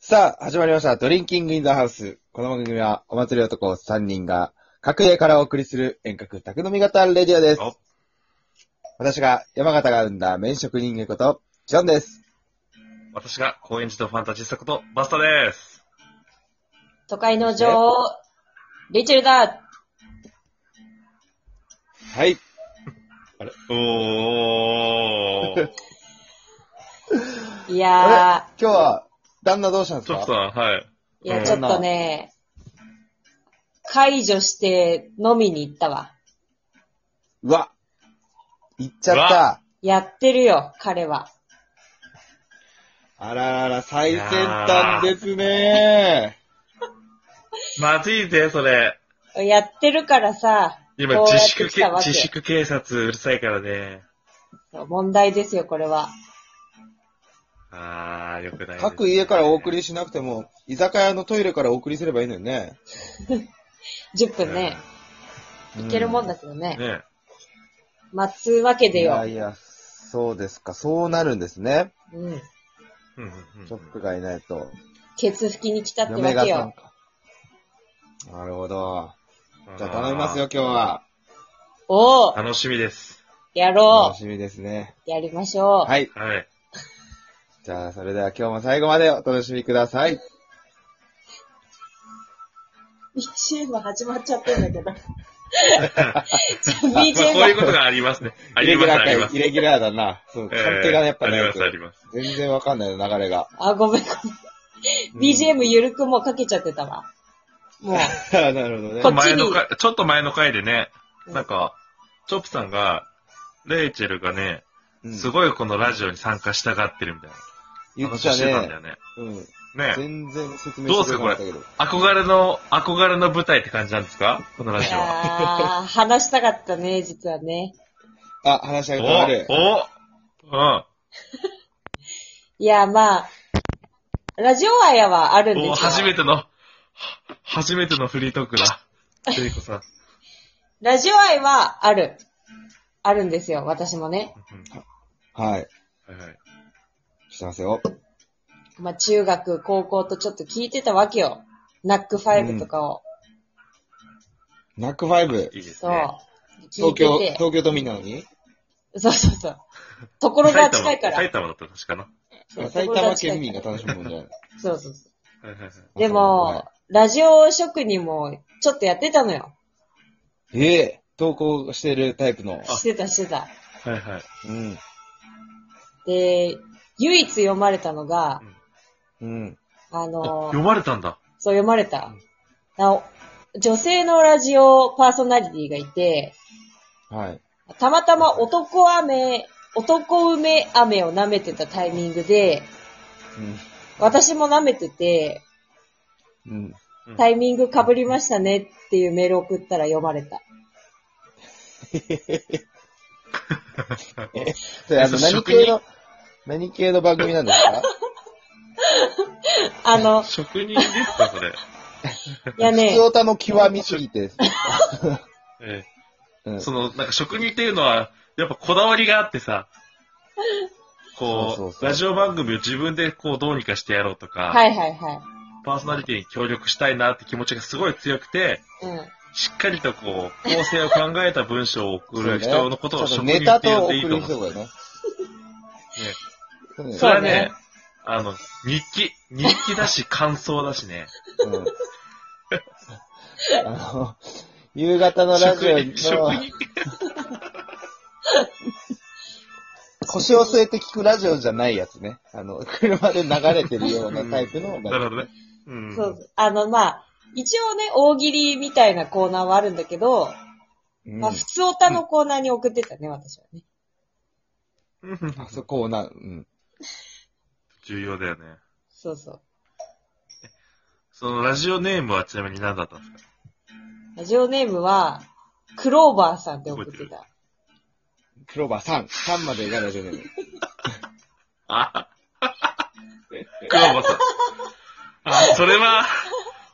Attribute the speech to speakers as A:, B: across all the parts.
A: さあ、始まりました。ドリンキングインザハウス。この番組は、お祭り男3人が、各家からお送りする遠隔宅飲み型レディオです
B: お。
A: 私が山形が生んだ麺職人間こと、ジョンです。
B: 私が高円寺のファンタジスタことバスタです。
C: 都会の女王、リチェルだ
A: はい。
B: あれお ー。
C: い
A: あ
C: や
A: れ今日は、旦那どうしたんです
B: ち
A: か
B: ょっとは、はい。
C: ー、いや、
B: うん
C: ちょっとね、解除して飲みに行ったわ。
A: うわ。行っちゃっ
B: う
A: た
B: わ。
C: やってるよ、彼は。
A: あららら、最先端ですね。
B: マジで、それ。
C: やってるからさ、
B: 今、
C: こうや
B: 自
C: って
B: 粛
C: 来た
B: け、
C: わけ
B: 自粛警察うるさいからね。
C: 問題ですよ、これは。
B: あー、よくない、
A: 各家からお送
B: り。
A: りしなくても、居酒屋のトイレからお送りすればいいのよね。
C: 10分ね、いけるもんだけど
B: うん
C: ね。
B: ね。
C: 待つわけで
A: い
C: よ
A: や。いや、そうですか。そうなるんですね。
C: うん。
B: うんうんうん
A: ショックがいないと。
C: ケツ拭きに来たってわ
A: 嫁が
C: け
A: 参
C: よ。
A: 加。なるほど。じゃあ頼みますよ、。今日は。
C: お
B: あー
C: ー
B: 楽しみです。
C: やろ
A: 楽しみですね。
C: うやりまし ょう。
A: はい。
B: はい。
A: じゃあ、それでは今日も最後までお楽しみください。
C: BGM 始まっちゃってん だけど。ちょ
B: まあ、こ
C: BGM
B: ういうことがあり ますね。あ
A: イレ
B: り
A: ギュ
B: ます、
A: ラ
B: あ
A: ー
B: り
A: 界
B: ます
A: イ。レギュラーだな。そう、
B: えー
A: 鑑定がね、やっぱ
B: あり
A: ない
B: ます、
A: と
B: あ。ります。
A: 全然わかんないの、流れ が。
C: あ、ごめんご
A: う
C: め
A: ん
C: ん。BGM ゆるくもうかけちゃってたわ。もう。
A: なるほどね
C: こ。っちに
B: 前の回、ちょっと前の回でね、
C: うん
B: なんか、チョップさんが、レイチェルがね、
A: うん
B: すごいこのラジオに参加したがってるみたいな
A: 言っ
B: 話
A: て
B: を
A: た
B: してたんだ
A: ね。
B: よね。
A: うん。
B: ね
A: 全然説明してくれなかったけど。
B: 憧れの、憧れの舞台って感じなんですかこのラジオは。
C: あー話したかったね、実はね。
A: あ、話し上げてある。
B: おお
C: いや、まあ、ラジオ愛はあるん
B: うん
C: です
B: お
C: よ。
B: 初めての、は初めてのフリートークだ。ジェリコさん。
C: ラジオ愛はある。あるんですよ、私もね。
B: うん
A: はい。
B: はいはい
A: してますよ。
C: まあ、中学、高校とちょっと聞いてたわけよ。ナックファイブとかを。
A: ナックファイブ。
B: いいです
C: そう
B: ね。。
C: 聞
A: 東
C: いて
A: 京、
C: て。
A: 東京都民なのに
C: そうそうそう。ところが近いから。
B: 埼玉だった確かな。
C: そう
A: 埼玉県民が。楽しむもんじゃない。
C: そうそうそう。
B: はいはいはい
C: でも、ラジオ職人もちょっとやってたのよ。
A: ええ投稿してるタイプの。
C: してたしてた。
B: はいはい。
A: うん。
C: で、唯一読まれたのが、
A: うん。
C: あ
B: あ
C: の
B: 読まれたんだ。
C: そう読まれた。な女性のラジオパーソナリティがいて、
A: はい。
C: たまたま男飴、男梅飴を舐めてたタイミングで、私も舐めてて、
A: うん。うん。
B: うん
C: タイミング被りましたねっていうメール送ったら読まれた。
A: それ、あの、
B: そ
A: 何
B: れ職人
A: 系の、何系の番組なんですか
C: あの、
B: 職人ですかそれ。
C: いやね
A: 普通、オタの極みすぎてです。
B: え
A: う
B: え
A: ん。
B: その、なんか職人っていうのは、やっぱこだわりがあってさ、こ
A: そ
B: う、
A: うそうそう
B: ラジオ番組を自分でこうどうにかしてやろうとか、
C: はいはいは
B: パーソナリティに協力したいなって気持ちがすごい強くて、
C: い。うん。
B: しっかりとこう、構成を考えた文章を送る人のことを
A: そう
B: 職
A: ね
B: 人
A: ネ
B: っ
A: タ
B: て呼
A: と送
B: んでいいと
A: る
B: 思う。
A: 人がね。ね
B: それは
C: そう
B: ね
C: ね、
B: あの、日記、日記だし、感想だしね。
A: うん。 あの、夕方のラ
B: 職
A: ジオ
B: 人、職
A: の、
B: 人。
A: 腰を据えて聞くラジオじゃないやつね。あの、車で流れてるようなタイプの
B: なるほどね。うん。
C: そうそう。あの、まあ、一応ね、大喜利みたいなコーナーはあるんだけど、
A: うん
C: まあ、普通オタのコーナーに送ってたね、私はね。
B: うん
A: あそこをな、うん。
B: 重要だよね。
C: そうそう。
B: そのラジオネームはちなみに何だったんですか
C: ラジオネームは、クローバーさんって送ってた。
A: クローバー3。3までがラジオネーム。
B: あ クローバーさん。あ、それは、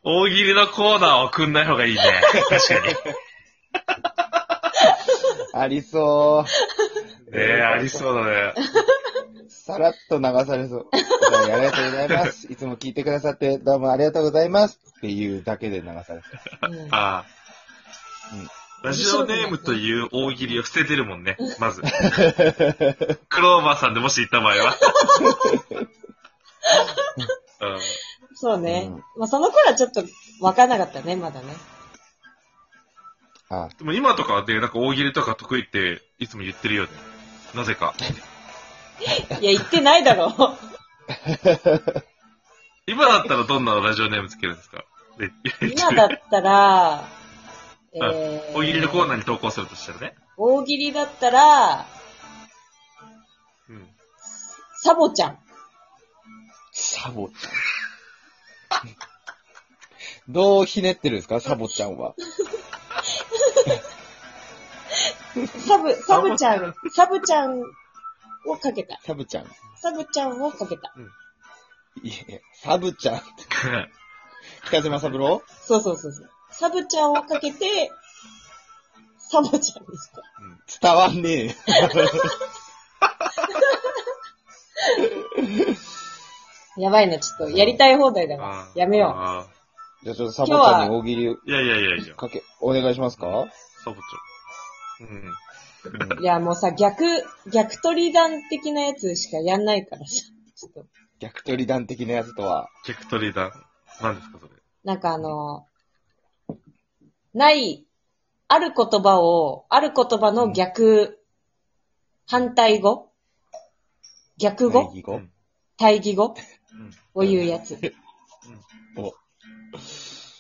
B: 大喜利のコーナーを送んない方がいいね。確かに。
A: ありそう。
B: ええありそうだね。
A: さらっと流されそう。お便りありがとうござい ます。いつも聞いてくださって、どうもありがとうございます。っていうだけで流されそう。
C: うん
B: ああ、
A: うん
B: ラジオネームという大喜利を捨ててるもんね、まず。クローバーさんでもし行った場合は。うん
C: そうね。
A: うん
C: まあ、その頃はちょっと分かんなかったね、ま だね。
A: あ
B: でも今とかで、なんか大喜利とか得意っていつも言ってるよね。なぜか。
C: いや、言ってないだろう。
B: 今だったらどんなラジオネームつけるんですかで
C: 今だった ら、えー、
B: 大喜利のコーナーに投稿するとしたらね。
C: 大喜利だったら、
B: うん。
C: サボちゃん。
A: サボちゃん。どうひねってるんですかサボちゃんは。
C: サブ、サブちゃん、サブちゃんをかけた。
A: サブちゃん。
C: サブちゃんをかけた。
A: いえ、サブちゃん。北島三郎
C: そうそうそうそう。サブちゃんをかけて、サボちゃんでした。
A: 伝わんねえよ。
C: やばいな、ちょっと。やりたい放題だ
B: あ
C: わ。
B: ー
C: やめよ
B: あ
A: じゃあちょっとサボちゃんに大喜利
B: ーいやいやいやいや。
A: かけ、お願いしますか
B: サボちゃん。うん。
A: うん
C: う。いや、もうさ、逆、逆取り弾的なやつしかやんないからさ。ちょっと、
A: 逆取り弾的なやつとは。
B: ケクトリーだ。何ですかそれ。
C: なんかあの、ない、ある言葉を、ある言葉の逆、反対語逆
A: 対
C: 語
A: 義語
B: ん
C: 対義語
B: うん
C: を言うやつ。
B: うん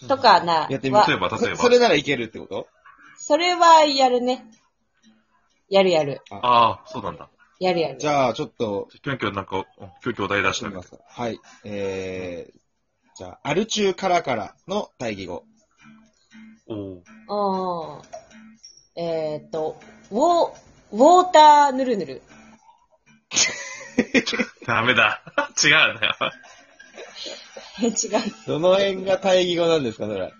C: とかな、
A: やってみ
C: は
B: 例えば、例えば。
A: そそれならいけるってこと
C: それはやるね。やるやる。
B: ああ、そうなんだ。
C: やるやる。
A: じゃあちょっと、
B: きょんきょんなんか、きょんきょんお題出し
A: して
B: た
A: み
B: け
A: ま
B: ど。
A: すかはい。えー、じゃあ、アル中からからの対義語。
B: おー
C: うん。えーっと、ウォー、ウォーターぬるぬる。
B: ダメだ。 違うな。
C: 違う。
A: どの辺が対義語なんですかそれ。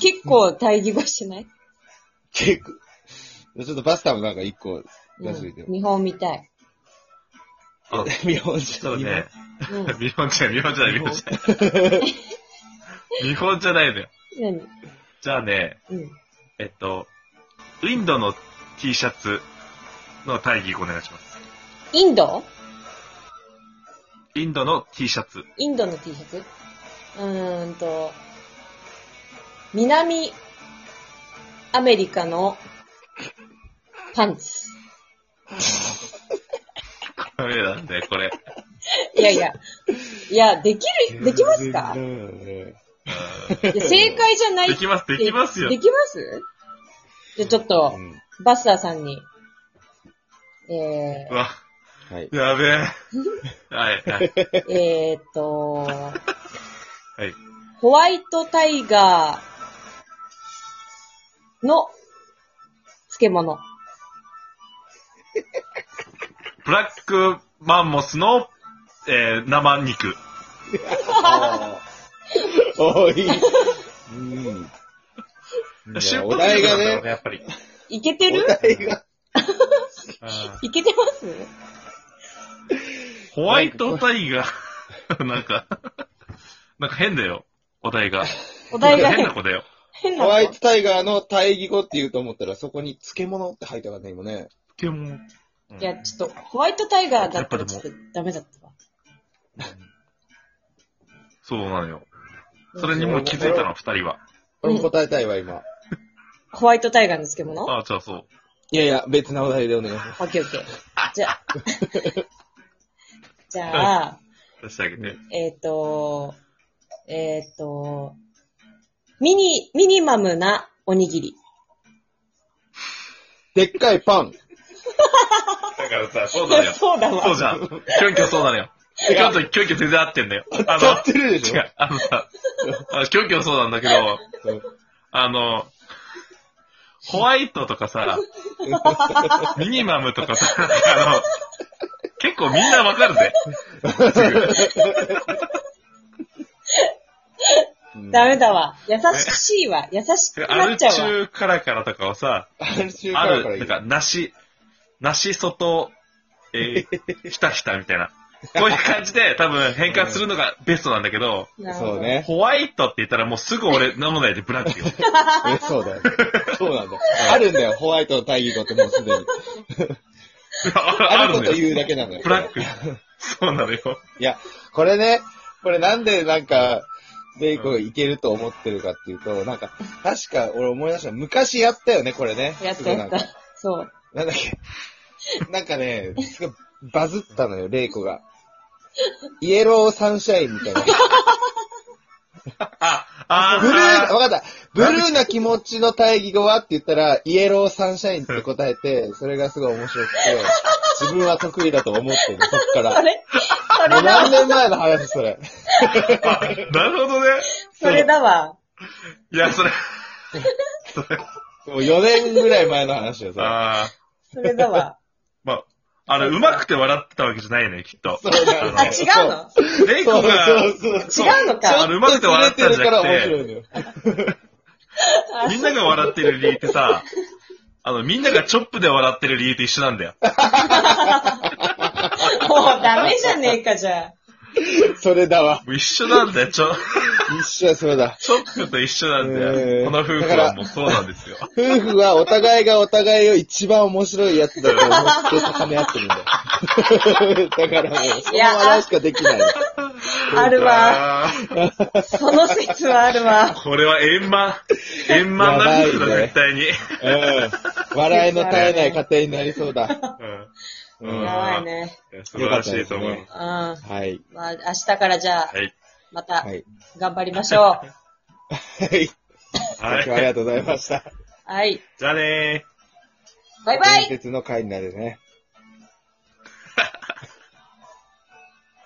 C: 結構対義語してない、
A: 結構。ちょっとバスタもなんか一個
C: う
A: 出しといてよ
C: ん、見本みたい。
B: あ
A: 見本ち
B: そうね。
C: うん。
B: 見本じゃない、見本じゃない、見本じゃない。見本じゃないのよ。
C: 何
B: じゃあね、
C: うん。
B: えっと、ウィンドの T シャツの大義お願いします。
C: インド
B: インドの T シャツ。
C: インドの T シャツうーんと、南アメリカのパンツ。
B: ダメなんだよ、これ。
C: いやいや。いや、できる、できますか
B: う
C: いや正解じゃない
B: んできます、できますよ
C: で。きますじゃあちょっと
A: う、ん
C: バスターさんに、え
B: うわ、
A: はい。
B: やべえ。はい、はい。。
C: ー、えーっと、はいホワイトタイガーの漬物。
B: ブラックマンモスの、えー生肉。
A: おい。うん。
B: 出発
A: お題が
B: 力なんだろう
A: ね、
B: やっぱり。
C: いけてる
A: お題が、
B: うん
C: いけてます
B: ホワイトタイガー。 なんか、なんか変だよ、お題が。
C: お題が
B: なんか変
C: 変
B: な子だよ。
C: 変
A: ホ
C: な
A: ワイ
C: の
A: ト。タイガーの対義語って言うと思ったら、そこに漬物って入ったからね、今ね。
B: 漬物。うん
C: いや、ちょっと、ホワイトタイガーだったらちょっとダメだったわ。
B: そうなのよ。それにもう気づいたの、二人は。
A: 俺も答えたいわ、今。
C: ホワイトタイガーの漬物オ
B: ああ、じゃあそう。
A: いやいや、別なお題でお願いします。
C: ッケーオッケー。じゃあ、 じゃあ、
B: 出してあげて。
C: えっ、と、えっ、と、ミニ、ミニマムなおにぎり。
A: でっかいパン。
B: だからさ、そうなのよ。
C: そうだわ。
B: そう じゃん。キョンキョンそうなのよ。キョンとキョンキョン全然合ってんだよ。あ
A: 当たっ
B: の、
A: てるでし
B: 違
A: ょ
B: う、あのさ、あキョンキョンそうなんだけど、
A: うん
B: あの、ホワイトとかさ、ミニマムとかさ、あの、結構みんなわかるぜ。
A: うん
C: ダメだわ。優しいわ。優しく
B: ア
C: なっ
B: ル
C: ちゃうわ。
B: 中からからとかをさ、
A: ある中か
B: あ
A: らから
B: る、
A: 言
B: なん
A: う。
B: か、梨、梨外えー、ひたひたみたいな。こういう感じで多分変換するのがベストなんだけど、
C: なるほど
A: そう。ね。
B: ホワイトって言ったらもうすぐ俺飲まないでブラックよ。
A: えそうだよ。そうなんだよ。あるんだよ、ホワイトの対義語ってもうすでに。あ
B: あ
A: る
B: る
A: こ
B: ん
A: と
B: だよ。
A: 言うだけなのよ。
B: ブラック。そうなのよ。
A: いや、これね、これなんでなんか、ベイコンいけると思ってるかっていうと、なんか、確か俺思い出した。昔やったよね、これね。
C: やったやった。そう。
A: なんだっけ。なんかね、すごいバズったのよ、レイコが。イエローサンシャインみたいな。ブル
B: あ、あ
A: ー、
B: ー、
A: わかった。ブルーな気持ちの対義語はって言ったら、イエローサンシャインって答えて、それがすごい面白く て、自分は得意だと思ってる、そっから。
C: それ、
A: も
C: それ
A: う
C: だ
A: 何
C: わ。
A: 年前の話、それ。
B: あなるほどね。
C: それだわ。
B: いや、それ、
A: もう4年ぐらい前の話よ、それ。
B: あー
C: それだわ。
B: まあ、あれ、うまくて笑ってたわけじゃないね、きっと。
A: そうだよね
C: あ、違うの
B: レイコ
A: そう
B: が、
A: そうそう。
B: そう
C: 違うのか
B: ちょっとうまくて笑ったんじゃなくて、
A: て。
C: あ
B: みんなが笑ってる理由ってさ、あの、みんながチョップで笑ってる理由と一緒なんだよ。
C: もうダメじゃねえか、じゃあ。
A: それだわ。
B: もう一緒なんだよ、チョ、
A: 一緒はそれだ。
B: チョップと一緒なん
A: え
B: だ
A: ー
B: よ。この夫婦はもうそうなんですよ。
A: 夫婦はお互いがお互いを一番面白いやつだと思って高め合ってるんだよ。 だからもう、その笑いしかできない。
C: あるわ。
B: あ
C: その説はあるわ。
B: ーこれは円満。円満な夫婦だ、
A: やばいね
B: 絶対に。
A: うん。笑いの絶えない家庭になりそうだ。う
B: う。
A: んん
C: やばいね。
B: うん。素晴らしいと思う。
A: よかっ
C: うん。ま
A: はい。
C: あ、明日からじゃあ、
B: はい。
C: また
A: は、い。
C: 頑張りましょう。
A: はい。今日はあり
B: はい。
A: がとうございました。
C: はい。
B: じゃあねー。
C: バイバイ
A: 伝説の回になるね。